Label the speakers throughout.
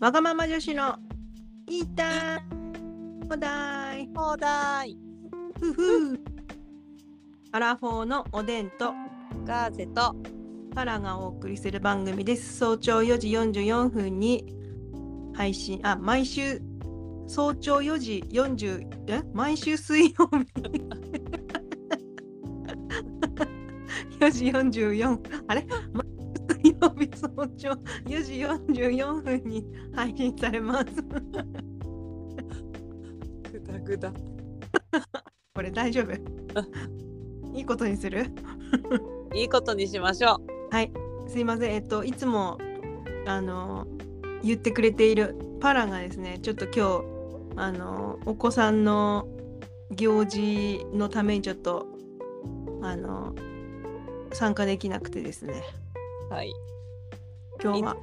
Speaker 1: わがまま女子の言いたい放題
Speaker 2: 放題
Speaker 1: ふふアラフォーのおでんと
Speaker 2: ガーゼと
Speaker 1: パラがお送りする番組です早朝4時44分に配信あ毎週早朝4時40え毎週水曜日4時44あれ毎週水曜日早朝4時44分に配信されます
Speaker 2: グダグダ
Speaker 1: これ大丈夫いいことにする
Speaker 2: いいことにしましょう
Speaker 1: すいませんえっといつもあの言ってくれているパラがですねちょっと今日あのお子さんの行事のためにちょっとあの参加できなくてですね
Speaker 2: はい
Speaker 1: 今日は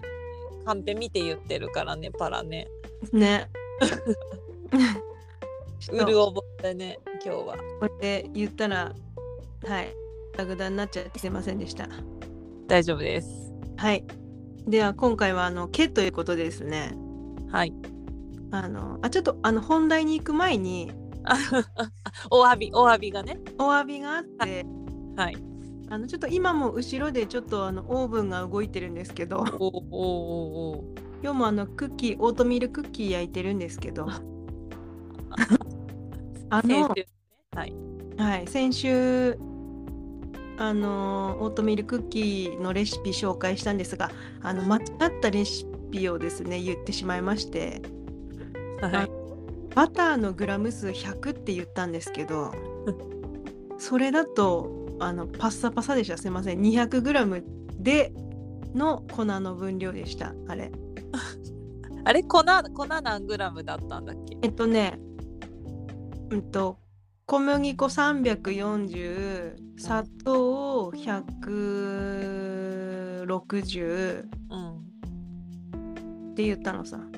Speaker 2: カンペ見て言ってるからねパラね
Speaker 1: ね
Speaker 2: うる覚えだね今日は
Speaker 1: これで言ったらはいグダグダになっちゃってすいませんでした
Speaker 2: 大丈夫です
Speaker 1: はいでは今回はあの「け」ということでですね
Speaker 2: はい
Speaker 1: あのあちょっとあの本題に行く前に
Speaker 2: あお詫びお詫びがね
Speaker 1: お詫びがあって
Speaker 2: はい
Speaker 1: あのちょっと今も後ろでちょっとあのオーブンが動いてるんですけど
Speaker 2: おおおお
Speaker 1: 今日もあのクッキーオートミールクッキー焼いてるんですけど あの、
Speaker 2: 先週はい
Speaker 1: はい、先週あのオートミールクッキーのレシピ紹介したんですがあの間違ったレシピをですね言ってしまいまして
Speaker 2: はい
Speaker 1: バターのグラム数100って言ったんですけどそれだとあのパッサパサでしたすいません 200g での粉の分量でしたあれ
Speaker 2: あれ粉粉何グラムだったんだっけ
Speaker 1: えっとねうんと小麦粉340砂糖160
Speaker 2: うん
Speaker 1: って言ったのさ
Speaker 2: うんうん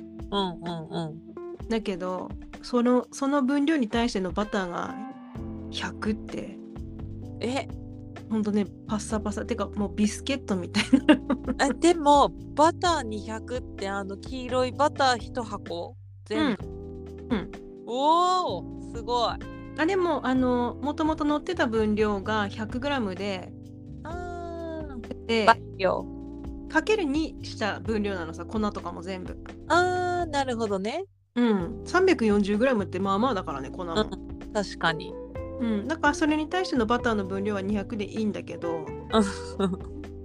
Speaker 2: うん
Speaker 1: だけどそのその分量に対してのバターが100って
Speaker 2: え
Speaker 1: ほんとねパッサパサてかもうビスケットみたいな
Speaker 2: あでもバター200ってあの黄色いバター1箱全部、
Speaker 1: うんうん
Speaker 2: おおすごいあ
Speaker 1: あでもあのもともと乗ってた分量が 100g で
Speaker 2: ー
Speaker 1: で
Speaker 2: 倍量
Speaker 1: かける2した分量なのさ粉とかも全部
Speaker 2: あーなるほどね、
Speaker 1: うん、340g ってまあまあだからね粉
Speaker 2: う
Speaker 1: も、
Speaker 2: ん、確かに
Speaker 1: うん、だからそれに対してのバターの分量は200でいいんだけど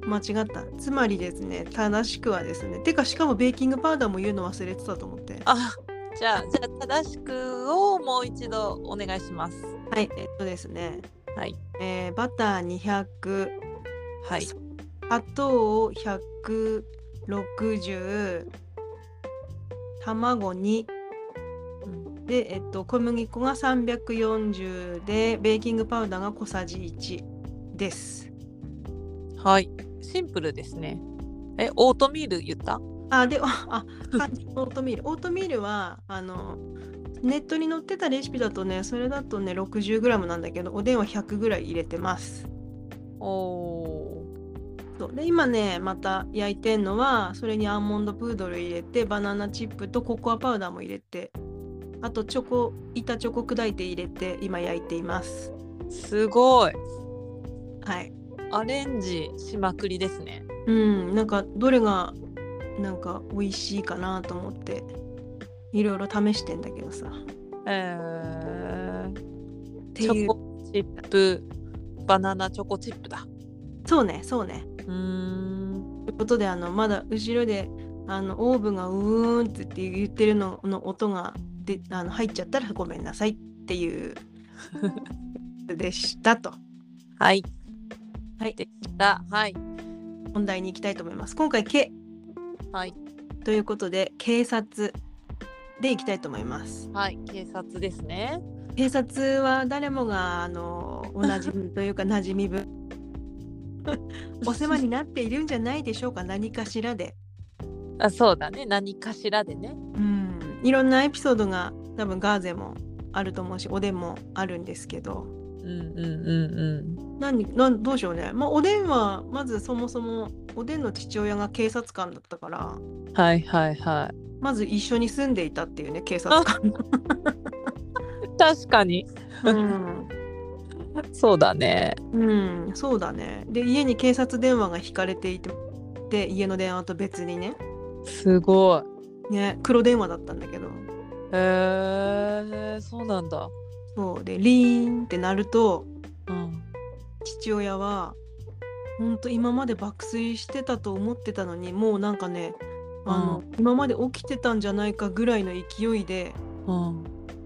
Speaker 1: 間違ったつまりですね正しくはですねてかしかもベーキングパウダーも言うの忘れてたと思って
Speaker 2: あじゃあじゃあ正しくをもう一度お願いします
Speaker 1: はいえっとですね
Speaker 2: はい
Speaker 1: えーバター200
Speaker 2: はい
Speaker 1: 砂糖160卵2
Speaker 2: うん
Speaker 1: で、えっと、小麦粉が340でベーキングパウダーが小さじ1です。
Speaker 2: はいシンプルですねえオートミール言った
Speaker 1: あでああオートミールオートミールはあのネットに載ってたレシピだとねそれだとね 60g なんだけどおでんは100ぐらい入れてます。
Speaker 2: おお
Speaker 1: そうで今ねまた焼いてんのはそれにアーモンドプードル入れてバナナチップとココアパウダーも入れてあとチョコ板チョコ砕いて入れて今焼いています。
Speaker 2: ーすごい
Speaker 1: はい
Speaker 2: アレンジしまくりですね
Speaker 1: うん、なんかどれがなんか美味しいかなと思っていろいろ試してんだけどさ。っ
Speaker 2: えー、
Speaker 1: て
Speaker 2: チ
Speaker 1: い
Speaker 2: ョ
Speaker 1: う
Speaker 2: コチップバナナチョコチップだ
Speaker 1: そうねそうね。
Speaker 2: うーん
Speaker 1: ということであのまだ後ろであのオーブンがうーんって言って言ってるのの音がであの入っちゃったらごめんなさいっていうでしたと
Speaker 2: はい
Speaker 1: はい
Speaker 2: でしたはい
Speaker 1: 本題に行きたいと思います。今回「け
Speaker 2: はい」
Speaker 1: ということで警察で行きたいと思います。
Speaker 2: はい警察ですね
Speaker 1: 警察は誰もがあのおなじみというか 馴染み 分お世話になっているんじゃないでしょうか何かしらで、
Speaker 2: あそうだね何かしらでね
Speaker 1: うん、いろんなエピソードが多分ガーゼもあると思うしおでんもあるんですけど
Speaker 2: うんうんうん
Speaker 1: 何なんどうしようね、まあ、おでんはまずそもそもおでんの父親が警察官だったから
Speaker 2: うんはいはいは
Speaker 1: まず一緒に住んでいたっていうね警察官
Speaker 2: 確かに
Speaker 1: うん、
Speaker 2: そうだね
Speaker 1: うん、そうだねで家に警察電話が引かれていてで家の電話と別にね
Speaker 2: すごい
Speaker 1: ね黒電話だったんだけど
Speaker 2: へえー、そうなんだ、
Speaker 1: そうでリーンって鳴ると
Speaker 2: うん、
Speaker 1: 父親はほんと今まで爆睡してたと思ってたのにもうなんかねあの、今まで起きてたんじゃないかぐらいの勢いで
Speaker 2: うん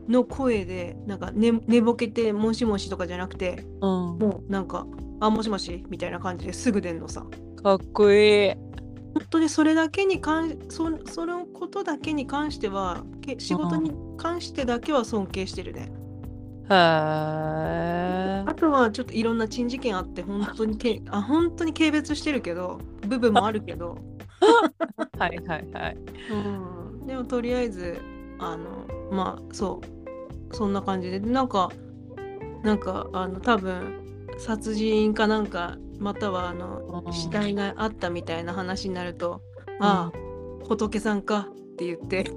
Speaker 1: の声でなんか寝寝ぼけて「もしもし」とかじゃなくて
Speaker 2: うん
Speaker 1: もうなんか「あもしもし」みたいな感じですぐ出んのさ
Speaker 2: かっこいい
Speaker 1: 本当にそれだけに関そそのことだけに関してはけ仕事に関してだけは尊敬してるね
Speaker 2: へえ
Speaker 1: あとはちょっといろんな珍事件あって本当にけあ本当に軽蔑してるけど部分もあるけど、
Speaker 2: はいはいはい
Speaker 1: うん、でもとりあえずあのまあそうそんな感じででなんかなんかあの多分殺人かなんかまたはあの
Speaker 2: うん
Speaker 1: 死体があったみたいな話になると「ああ仏さんか」って言って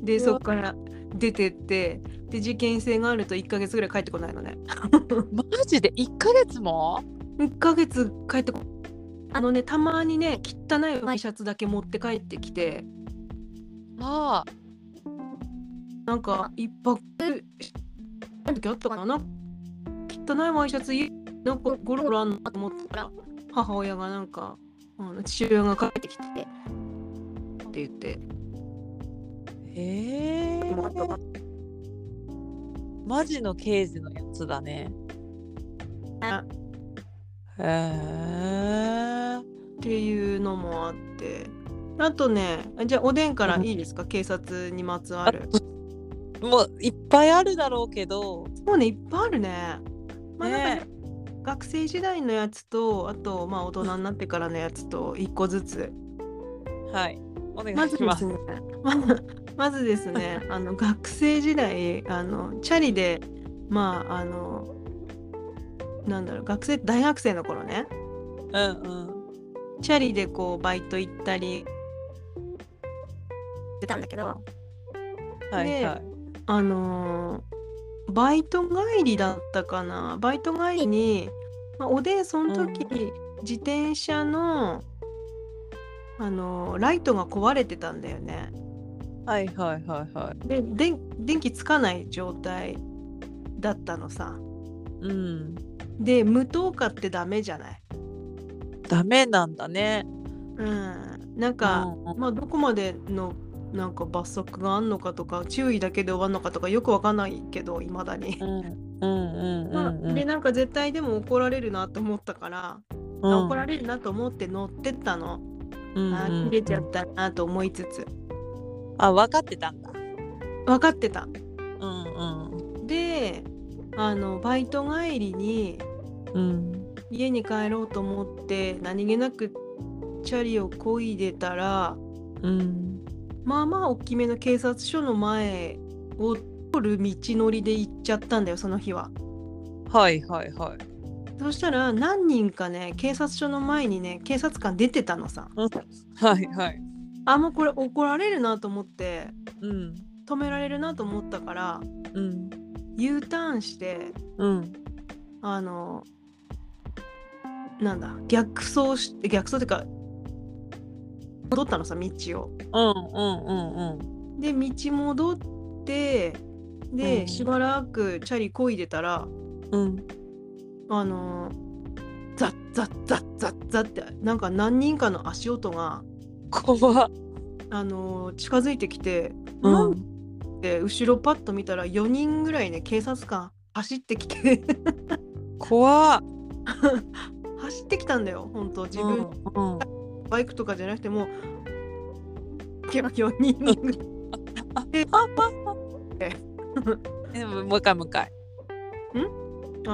Speaker 1: で
Speaker 2: うわ
Speaker 1: そこから出てってで事件性があると1ヶ月ぐらい帰ってこないのね。
Speaker 2: マジで1ヶ月も
Speaker 1: 1ヶ月帰ってこあのねたまにね汚いワイシャツだけ持って帰ってきて
Speaker 2: ああ
Speaker 1: なんか一泊した時あったかな汚いワイシャツ家なんかゴロゴロあんのと思ったら母親がなんかあの父親が帰ってきてって言って
Speaker 2: へえ
Speaker 1: もらったか
Speaker 2: マジの刑事のやつだね
Speaker 1: なっ
Speaker 2: へえ
Speaker 1: ていうのもあってあとねあじゃあおでんからいいですか警察にまつわる
Speaker 2: もういっぱいあるだろうけど
Speaker 1: もうねいっぱいあるね,、まあなんか
Speaker 2: ね
Speaker 1: ね学生時代のやつとあとまあ大人になってからのやつと一個ずつ
Speaker 2: はいお願
Speaker 1: ま
Speaker 2: い
Speaker 1: ず
Speaker 2: し
Speaker 1: で
Speaker 2: ます
Speaker 1: すね、ま まずですね、あの学生時代あのチャリでまああのなんだろう学生大学生の頃ね
Speaker 2: うんうん
Speaker 1: チャリでこうバイト行ったりしてたんだけど
Speaker 2: はい
Speaker 1: で
Speaker 2: はい
Speaker 1: あのーバイト帰りだったかなバイト帰りに、まあ、おでんその時、自転車のあのーライトが壊れてたんだよね。
Speaker 2: はいはいはいはい
Speaker 1: で電電気つかない状態だったのさ
Speaker 2: うん
Speaker 1: で無灯火ってダメじゃない、
Speaker 2: ダメなんだね
Speaker 1: うん、なんか、
Speaker 2: うんうん
Speaker 1: まあ、どこまでのなんか罰則があんのかとか注意だけで終わるのかとかよくわかんないけどいまだに
Speaker 2: う。んうんう
Speaker 1: まあ
Speaker 2: んうん
Speaker 1: でなんか絶対でも怒られるなと思ったから、
Speaker 2: うん
Speaker 1: 怒られるなと思って乗ってったの、
Speaker 2: うん
Speaker 1: あ
Speaker 2: うん
Speaker 1: ー切れちゃったなと思いつつ
Speaker 2: あ分かってたんだ
Speaker 1: 分かってた
Speaker 2: うんうん
Speaker 1: であのバイト帰りに
Speaker 2: うん
Speaker 1: 家に帰ろうと思って何気なくチャリをこいでたら
Speaker 2: うん
Speaker 1: まあまあ大きめの警察署の前を通る道のりで行っちゃったんだよその日は。
Speaker 2: はいはいはい
Speaker 1: そしたら何人かね警察署の前にね警察官出てたのさ。
Speaker 2: はいはい
Speaker 1: あもうこれ怒られるなと思って
Speaker 2: うん
Speaker 1: 止められるなと思ったから
Speaker 2: うん
Speaker 1: U ターンして
Speaker 2: うん
Speaker 1: あのなんだ逆走して逆走っていうか戻ったのさ道を。
Speaker 2: うんうんうんうん
Speaker 1: で道戻ってで、
Speaker 2: うん
Speaker 1: しばらくチャリこいでたら
Speaker 2: うん
Speaker 1: あのーザッザッザッザッザッってなんか何人かの足音が、
Speaker 2: 怖っ
Speaker 1: あのー近づいてきて、
Speaker 2: うん
Speaker 1: なんで後ろパッと見たら4人ぐらいね警察官走ってきて
Speaker 2: 怖っ
Speaker 1: 走ってきたんだよ本当自分、
Speaker 2: うんうん
Speaker 1: バイクとかじゃなくてもうキャキャ人ぐらい
Speaker 2: でももう一回もう一回
Speaker 1: あ
Speaker 2: も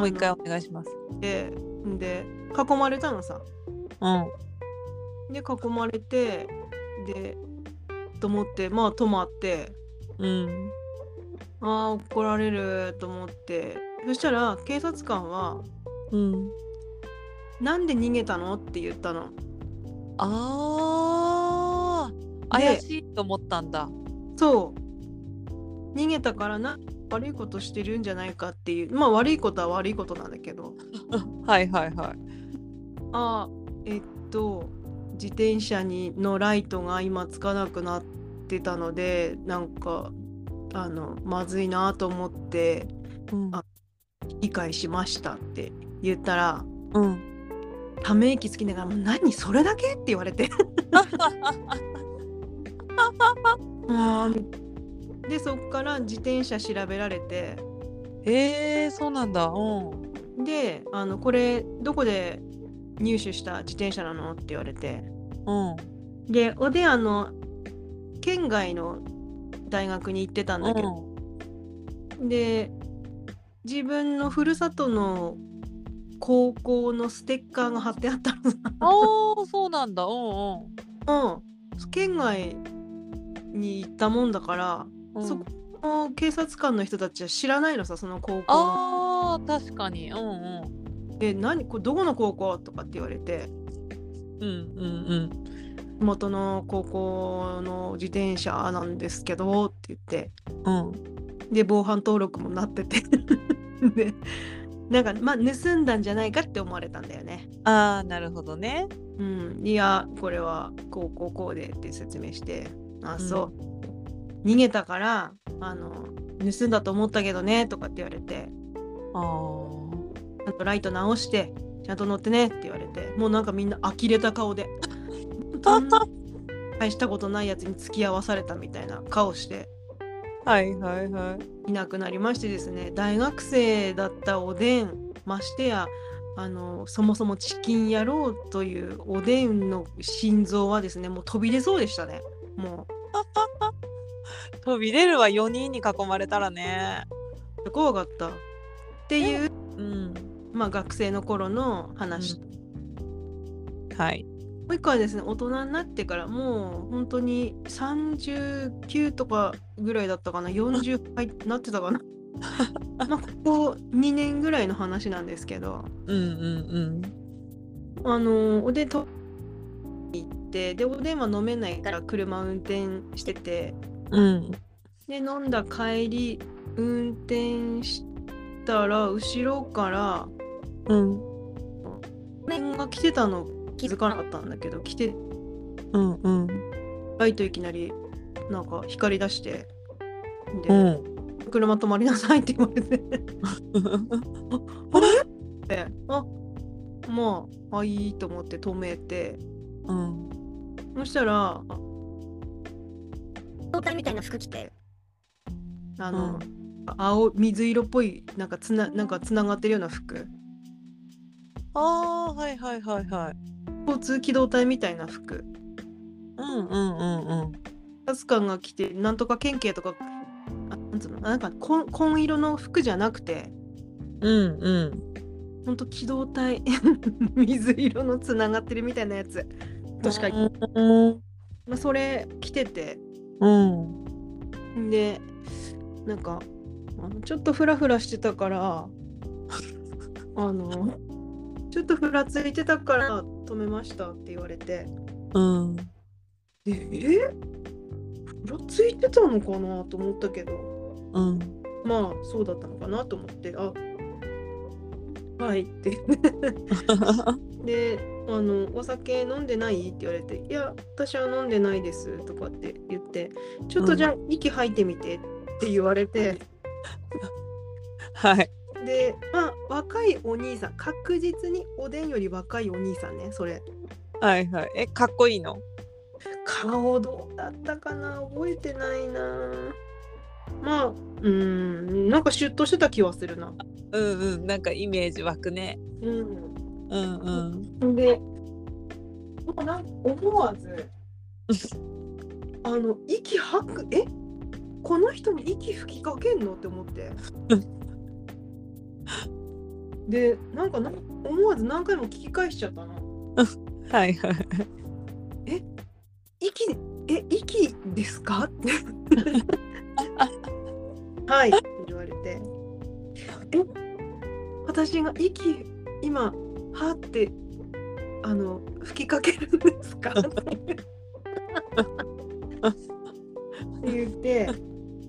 Speaker 1: の
Speaker 2: う一回お願いします。
Speaker 1: でで囲まれたのさ
Speaker 2: うん
Speaker 1: で囲まれてでと思ってまあ止まって
Speaker 2: うん
Speaker 1: あー怒られると思ってそしたら警察官は
Speaker 2: うん。
Speaker 1: 「なんで逃げたの?」って言ったの。
Speaker 2: あ怪しいと思ったんだ。
Speaker 1: そう逃げたからな悪いことしてるんじゃないかっていうまあ悪いことは悪いことなんだけど
Speaker 2: はいはいは
Speaker 1: あえっと自転車にのライトが今つかなくなってたのでなんかあのまずいなと思って
Speaker 2: い。うん
Speaker 1: あ理解しましたって言ったら
Speaker 2: うん。
Speaker 1: ため息つきながら「もう何それだけ?」って言われてあーでそっから自転車調べられて
Speaker 2: えー、そうなんだ。うん。
Speaker 1: であの「これどこで入手した自転車なの?」って言われて
Speaker 2: うん。
Speaker 1: でおであの県外の大学に行ってたんだけど、で自分のふるさとの高校のステッカーが貼ってあったのさ
Speaker 2: ああ、そうなんだ。うん
Speaker 1: うん県外に行ったもんだから、
Speaker 2: うん。
Speaker 1: そこの警察官の人たちは知らないのさその高校
Speaker 2: ああ、確かに。うんうん。
Speaker 1: で何これどこの高校とかって言われて
Speaker 2: うんうん
Speaker 1: 元の高校の自転車なんですけどって言って
Speaker 2: うん。うん。
Speaker 1: で防犯登録もなってて でなんかまあ盗んだんじゃないかって思われたんだよね。
Speaker 2: ああ、なるほどね。
Speaker 1: うん、いやこれはこうこうこうでって説明してあ
Speaker 2: うん
Speaker 1: そう、逃げたからあの盗んだと思ったけどねとかって言われて
Speaker 2: ああ。
Speaker 1: ちゃんとライト直してちゃんと乗ってねって言われてもうなんかみんな呆れた顔であんな大したことないやつに付き合わされたみたいな顔して
Speaker 2: はいはいはい。
Speaker 1: いなくなりましてですね大学生だったおでんましてやあのそもそもチキン野郎というおでんの心臓はですねもう飛び出そうでしたねも
Speaker 2: 飛び出るは4人に囲まれたらね。
Speaker 1: う怖かったっていう、
Speaker 2: うん。
Speaker 1: まあ、学生の頃の話、
Speaker 2: はい。
Speaker 1: もう一個はですね大人になってからもう本当に39とかぐらいだったかな40入っなってたかなまあここ2年ぐらいの話なんですけど
Speaker 2: うんうん
Speaker 1: あのおでんと行ってでおでんは飲めないから車運転してて
Speaker 2: うん。うん。
Speaker 1: で飲んだ帰り運転したら後ろから
Speaker 2: うん。
Speaker 1: おでんが来てたの気づかなかったんだけど来て
Speaker 2: うんうん。
Speaker 1: ライトいきなりなんか光り出してで、
Speaker 2: うん。
Speaker 1: 車止まりなさいって言われて であまあはいと思って止めて
Speaker 2: うん。
Speaker 1: そしたら
Speaker 3: トータルみたいな服着て
Speaker 1: あの、青水色っぽいなんかつななんかつながってるような服
Speaker 2: ああー、はいはいはいはい。
Speaker 1: 交通機動隊みたいな服
Speaker 2: うんうんうんうん。
Speaker 1: 警察官が着てなんとか県警とかあなんつうのなんか紺紺色の服じゃなくて
Speaker 2: うんうん。
Speaker 1: ほんと機動隊 水色のつながってるみたいなやつとしか、
Speaker 2: うん。
Speaker 1: まあ、それ着てて
Speaker 2: うん。
Speaker 1: でなんかあのちょっとフラフラしてたからあのちょっとふらついてたから止めましたって言われて
Speaker 2: うん。
Speaker 1: でえふらついてたのかなと思ったけど
Speaker 2: うん。
Speaker 1: まあそうだったのかなと思ってあはいってであの「お酒飲んでない?」って言われて「いや私は飲んでないです」とかって言って「ちょっとじゃあ息吐いてみて」って言われて。
Speaker 2: はい。
Speaker 1: で、まあ、若いお兄さん確実におでんより若いお兄さんねそれ
Speaker 2: はいはい。え、かっこいいの。
Speaker 1: 顔どうだったかな覚えてないなまあうーんなんかシュッとしてた気はするな
Speaker 2: うんうん。なんかイメージ湧くね。
Speaker 1: う
Speaker 2: うんうん。
Speaker 1: んでもうなん思わずあの息吐くえこの人に息吹きかけんのって思って
Speaker 2: うん
Speaker 1: でなんかな思わず何回も聞き返しちゃったな
Speaker 2: はいはい。
Speaker 1: 息え息ですかって はいって言われてえ私が息今はってあの吹きかけるんですかって言って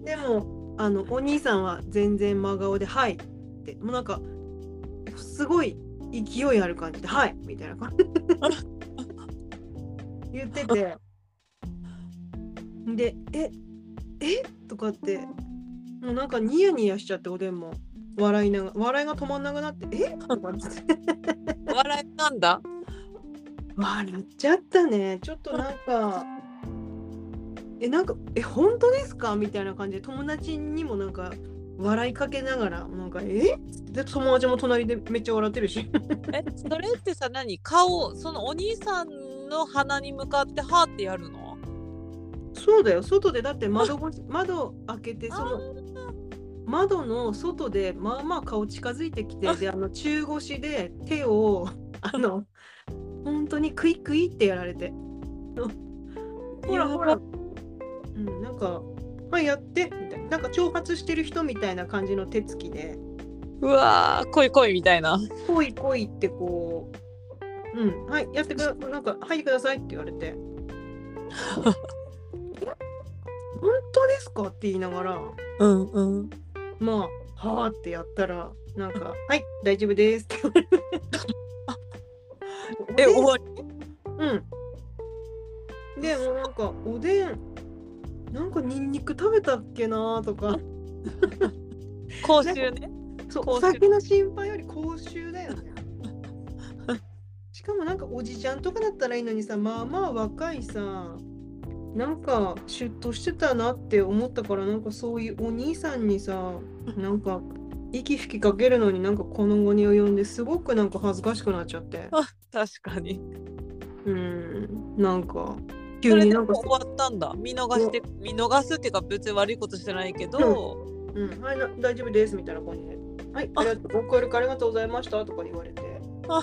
Speaker 1: でもあのお兄さんは全然真顔で「はい」ってもうなんかすごい勢いある感じで「はい」みたいな感じ言っててで「ええとかってもうなんかニヤニヤしちゃっておでんも笑いなが笑いが止まんなくなって「えとかって
Speaker 2: 笑いなんだ
Speaker 1: 笑っちゃったねちょっとなんかえなんかえ本当ですかみたいな感じで友達にもなんか笑いかけながらなんかえで友達も隣でめっちゃ笑ってるし
Speaker 2: えそれってさ何顔そのお兄さんの鼻に向かってはーってやるの
Speaker 1: そうだよ外でだって窓越し窓開けてそ
Speaker 2: あ
Speaker 1: の窓の外でまあまあ顔近づいてきてであの中腰で手を あの本当にクイクイってやられてほらほら、うん、なんか「はいやって」みたいななんか挑発してる人みたいな感じの手つきで
Speaker 2: うわー来い来いみたい
Speaker 1: 「
Speaker 2: な
Speaker 1: 来い来い」ってこう「うんはいやってくだなんか入ってください」って言われて 「え本当ですか?」って言いながら
Speaker 2: うんうん
Speaker 1: まあ「はあ」ってやったらなんか「はい大丈夫です」って言われて
Speaker 2: え終わり
Speaker 1: うん。でもうなんかおでんなんかニンニク食べたっけなとか
Speaker 2: 講習ね
Speaker 1: そう
Speaker 2: 口臭
Speaker 1: お酒の心配より口臭だよね。 しかもなんかおじちゃんとかだったらいいのにさまあまあ若いさなんかシュッとしてたなって思ったからなんかそういうお兄さんにさなんか息吹きかけるのになんかこの後に及んですごくなんか恥ずかしくなっちゃって
Speaker 2: 確かに
Speaker 1: うんなんか
Speaker 2: そ
Speaker 1: 急
Speaker 2: れ
Speaker 1: に
Speaker 2: で
Speaker 1: なん
Speaker 2: も
Speaker 1: か
Speaker 2: 終わったんだ見逃して見逃すっていうか別に悪いことしてないけど、
Speaker 1: うん、はいな、大丈夫ですみたいな感じで、はい、ありがとう、ご協力ありがとうございましたとか言われて、
Speaker 2: あ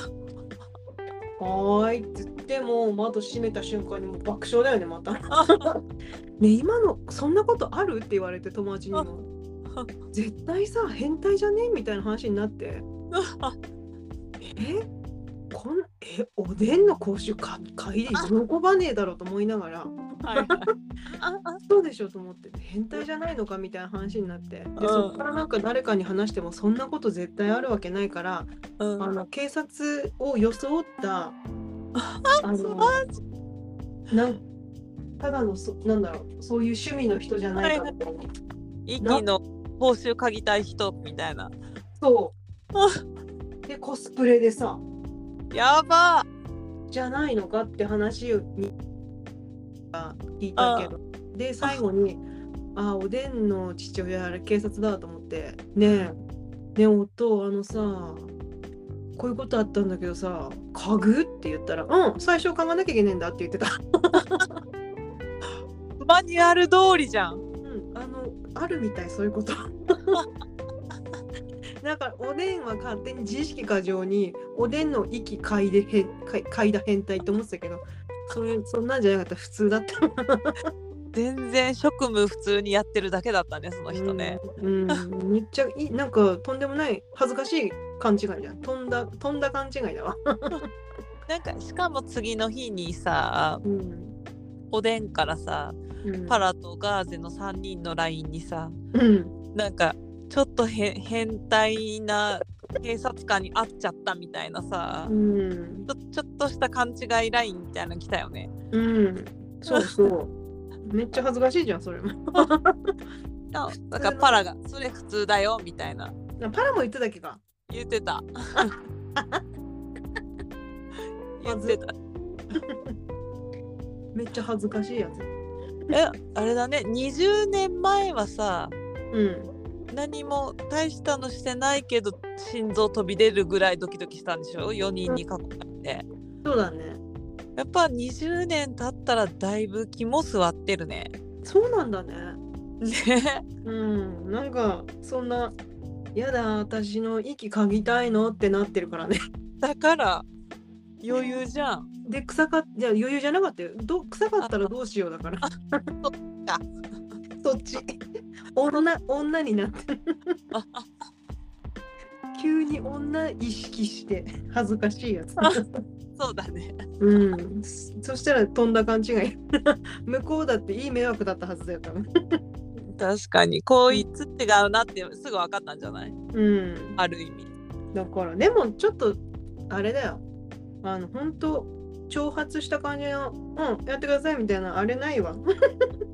Speaker 1: はーいって言っても、窓閉めた瞬間にもう爆笑だよね、また。 ね、今のそんなことあるって言われて、友達にも
Speaker 2: あ。
Speaker 1: 絶対さ、変態じゃねみたいな話になって、 えこんえおでんの講習か買い喜ばねえだろうと思いながら。
Speaker 2: はいはいああ
Speaker 1: そうでしょと思って変態じゃないのかみたいな話になってで
Speaker 2: うん
Speaker 1: そこからなんか誰かに話してもそんなこと絶対あるわけないから、
Speaker 2: うん
Speaker 1: あの警察を装ったあの
Speaker 2: マ
Speaker 1: なんただのそなんだろうそういう趣味の人じゃないかみたいな
Speaker 2: 息の報酬嗅ぎたい人みたいな
Speaker 1: そうでコスプレでさ
Speaker 2: やば
Speaker 1: じゃないのかって話をに聞いたけどで最後に「ああおでんの父親あれ警察だ」と思って「ねえねえおとうあのさこういうことあったんだけどさ家具?」って言ったら「うん最初考えなきゃいけねえんだ」って言ってた。
Speaker 2: マニュアル通りじゃ
Speaker 1: う
Speaker 2: ん
Speaker 1: ん、あのあるみたいそういうことだからおでんは勝手に自意識過剰におでんの息嗅いでへん嗅い嗅いだ変態って思ってたけどそれそんなんじゃなかった普通だった
Speaker 2: 全然職務普通にやってるだけだったねその人ね、
Speaker 1: うん、うんめっちゃいいなんかとんでもない恥ずかしい勘違いだ飛んだ飛んだ勘違いだわ、
Speaker 2: なんかしかも次の日にさ
Speaker 1: うん
Speaker 2: おでんからさ
Speaker 1: うん、
Speaker 2: パラとガーゼの3人の LINE にさ
Speaker 1: うん
Speaker 2: なんかちょっとへ変態な警察官に会っちゃったみたいなさ
Speaker 1: う、ん
Speaker 2: ちょちょっとした勘違いラインみたいなの来たよね。
Speaker 1: うんそう そうめっちゃ恥ずかしいじゃんそれも
Speaker 2: あなんかパラが「それ普通だよ」みたいな
Speaker 1: あパラも言ってたっけか
Speaker 2: 言って た。
Speaker 1: ま
Speaker 2: 言っ
Speaker 1: ず
Speaker 2: てた。
Speaker 1: めっちゃ恥ずかしいやつ
Speaker 2: えあれだね20年前はさ
Speaker 1: うん
Speaker 2: 何も大したのしてないけど心臓飛び出るぐらいドキドキしたんでしょ4人に囲まれて。
Speaker 1: そうだね
Speaker 2: やっぱ20年経ったらだいぶ気も座ってるね。
Speaker 1: そうなんだね
Speaker 2: ね
Speaker 1: うんなんかそんなやだ私の息嗅ぎたいのってなってるからね
Speaker 2: だから余裕じゃん。
Speaker 1: で臭かっじゃあ余裕じゃなかったよど臭かったらどうしようだから
Speaker 2: そっか
Speaker 1: そっち女女にな ってる急に女意識して恥ずかしいやつ
Speaker 2: あそうだね。
Speaker 1: うん、そしたらとんだ勘違い 向こうだっていい迷惑だったはずだよ多分
Speaker 2: 確かにこいつ違うなってすぐ分かったんじゃない
Speaker 1: うん
Speaker 2: ある意味。
Speaker 1: だからでもちょっとあれだよあの本当挑発した感じの「うんやってください」みたいなあれないわ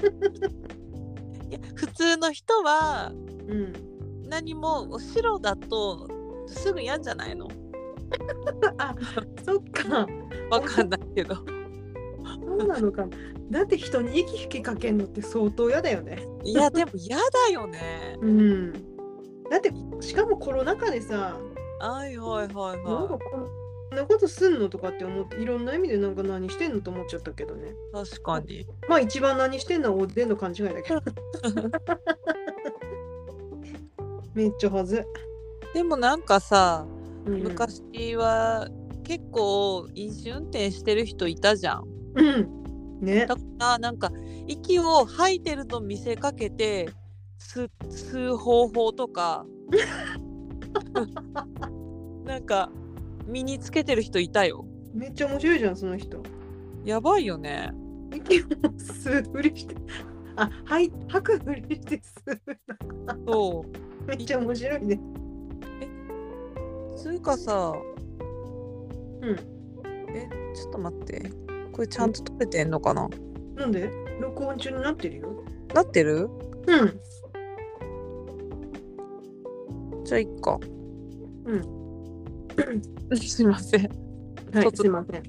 Speaker 2: いや普通の人は
Speaker 1: うん
Speaker 2: 何も白だとすぐ嫌じゃないの
Speaker 1: あそっか
Speaker 2: 分かんない けど。
Speaker 1: そうなのかだって人に息吹きかけるのって相当嫌だよね
Speaker 2: いやでも嫌だよね。
Speaker 1: うんだってしかもコロナ禍でさ
Speaker 2: はいはいはい
Speaker 1: なん
Speaker 2: は
Speaker 1: かこんなことすんのとかって思っていろんな意味でなんか何してんのと思っちゃったけどね
Speaker 2: い。確かに。
Speaker 1: まあ一番何してんのはおでんの勘違いだけどめっちゃはず、
Speaker 2: でもなんかさ
Speaker 1: うん、
Speaker 2: 昔は結構飲酒運転してる人いたじゃん。
Speaker 1: うんね
Speaker 2: だからなんか息を吐いてると見せかけて吸吸う方法 とかなんか身につけてる人いたよ
Speaker 1: めっちゃ面白いじゃんその人
Speaker 2: やばいよね
Speaker 1: 息を吸うふりしてあはい吐くふりして吸う
Speaker 2: そう
Speaker 1: めっちゃ面白いね
Speaker 2: つうかさ
Speaker 1: うん
Speaker 2: えちょっと待ってこれちゃんと撮れてんのかな
Speaker 1: なんで録音中になってるよ
Speaker 2: なってる
Speaker 1: うん
Speaker 2: じゃあいっか
Speaker 1: う
Speaker 2: すいません
Speaker 1: は
Speaker 2: ちょ
Speaker 1: い
Speaker 2: っと
Speaker 1: すいません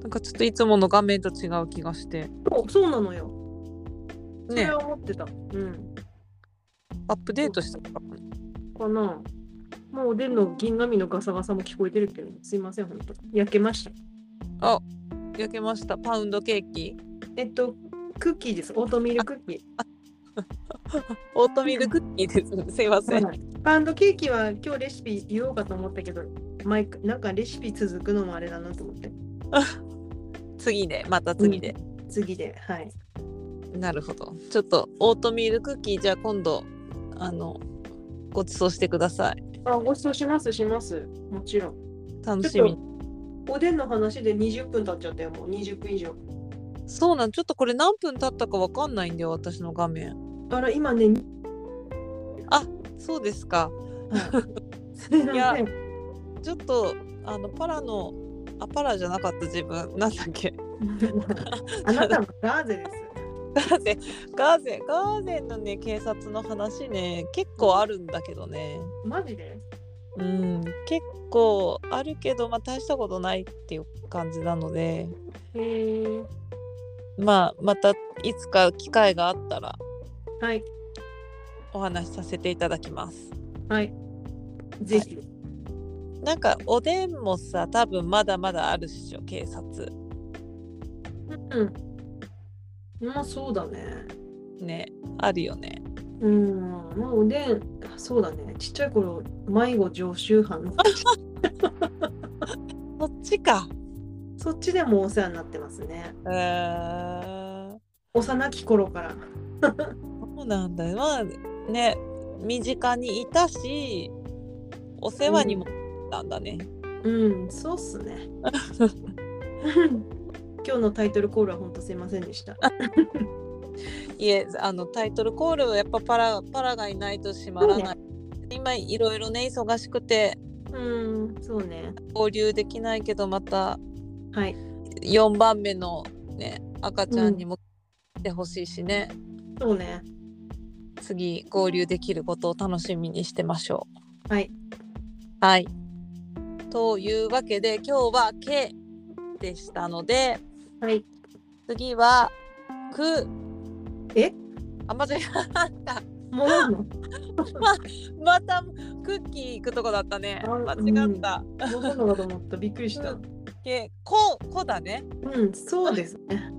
Speaker 2: なんかちょっといつもの画面と違う気がして
Speaker 1: そうそうなのよそれ
Speaker 2: ね
Speaker 1: は思ってた、うん
Speaker 2: アップデートしたのかな
Speaker 1: かなもうおでんの銀紙のガサガサも聞こえてるけど、すいません、本当焼けました。
Speaker 2: 焼けましたパウンドケーキ
Speaker 1: えっと、クッキーです。オートミールクッキ
Speaker 2: オートミールクッキーです。すいませ
Speaker 1: ー。
Speaker 2: ん。
Speaker 1: はいパンドケーキは今日レシピ言おうかと思ったけど、毎回なんかレシピ続くのもあれだなと思って。
Speaker 2: 次で、また次で。
Speaker 1: 次で、はい。
Speaker 2: なるほど。ちょっとオートミールクッキー、じゃあ今度、あの、ご馳走してください。
Speaker 1: あ、ごちそうします、します。もちろん。
Speaker 2: 楽し
Speaker 1: ちょっ
Speaker 2: み。
Speaker 1: とおでんの話で20分経っちゃったよ、もう20分以上。
Speaker 2: そうなん、ちょっとこれ何分経ったかわかんないんだよ、私の画面。
Speaker 1: あら、今ね、
Speaker 2: そうですか。
Speaker 1: すいません
Speaker 2: いやちょっと、あの、パラの、あ、パラじゃなかった自分、 なんだっけ。
Speaker 1: あなたのガーゼです。
Speaker 2: ガーゼン、ガーゼン、ガーゼンのね、警察の話ね、結構あるんだけどね。
Speaker 1: マジで
Speaker 2: うん、結構あるけど、まあ、大したことないっていう感じなので。
Speaker 1: へー
Speaker 2: まあまたいつか機会があったら
Speaker 1: はい、
Speaker 2: お話しさせていただきます。
Speaker 1: はい。ぜひ。
Speaker 2: なんかおでんもさ多分まだまだあるっしょ警察
Speaker 1: うん。まあそうだね。
Speaker 2: ねあるよね。
Speaker 1: うん。まあおでん、そうだね。ちっちゃい頃、迷子常習犯の。
Speaker 2: そっちか。
Speaker 1: そっちでもお世話になってますね。
Speaker 2: えー、
Speaker 1: 幼き頃から。
Speaker 2: そうなんだまあね身近にいたしお世話にもなったんだね。
Speaker 1: うん、そうっす ね。今日のタイトルコールは本当すいませんでした。
Speaker 2: いえあのタイトルコールはやっぱパラパラがいないと閉まらない。今いろいろね忙しくて
Speaker 1: うん、そうね。
Speaker 2: 交流できないけどまた
Speaker 1: はい。
Speaker 2: 4番目の、ね、赤ちゃんにも来てほしいしね、
Speaker 1: そうね。
Speaker 2: 次合流できることを楽しみにしてましょう。
Speaker 1: はい。
Speaker 2: はい、というわけで今日は「け」でしたので
Speaker 1: はい。
Speaker 2: 次は「く」
Speaker 1: え
Speaker 2: あ 間違えた
Speaker 1: 戻るの
Speaker 2: またクッキー行くとこだったね
Speaker 1: あ
Speaker 2: 間違った
Speaker 1: 戻るのかと思った。びっくりし
Speaker 2: う
Speaker 1: た。
Speaker 2: 「け」「こ」「こ」だね
Speaker 1: うん、そうですね。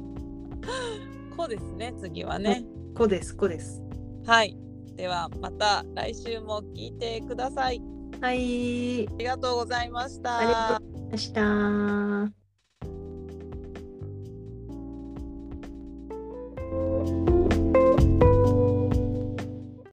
Speaker 2: 「こ」ですね次はね
Speaker 1: こです、こです。
Speaker 2: はいではまた来週も聞いてください
Speaker 1: はい。
Speaker 2: ありがとうございました
Speaker 1: ありがとうございました。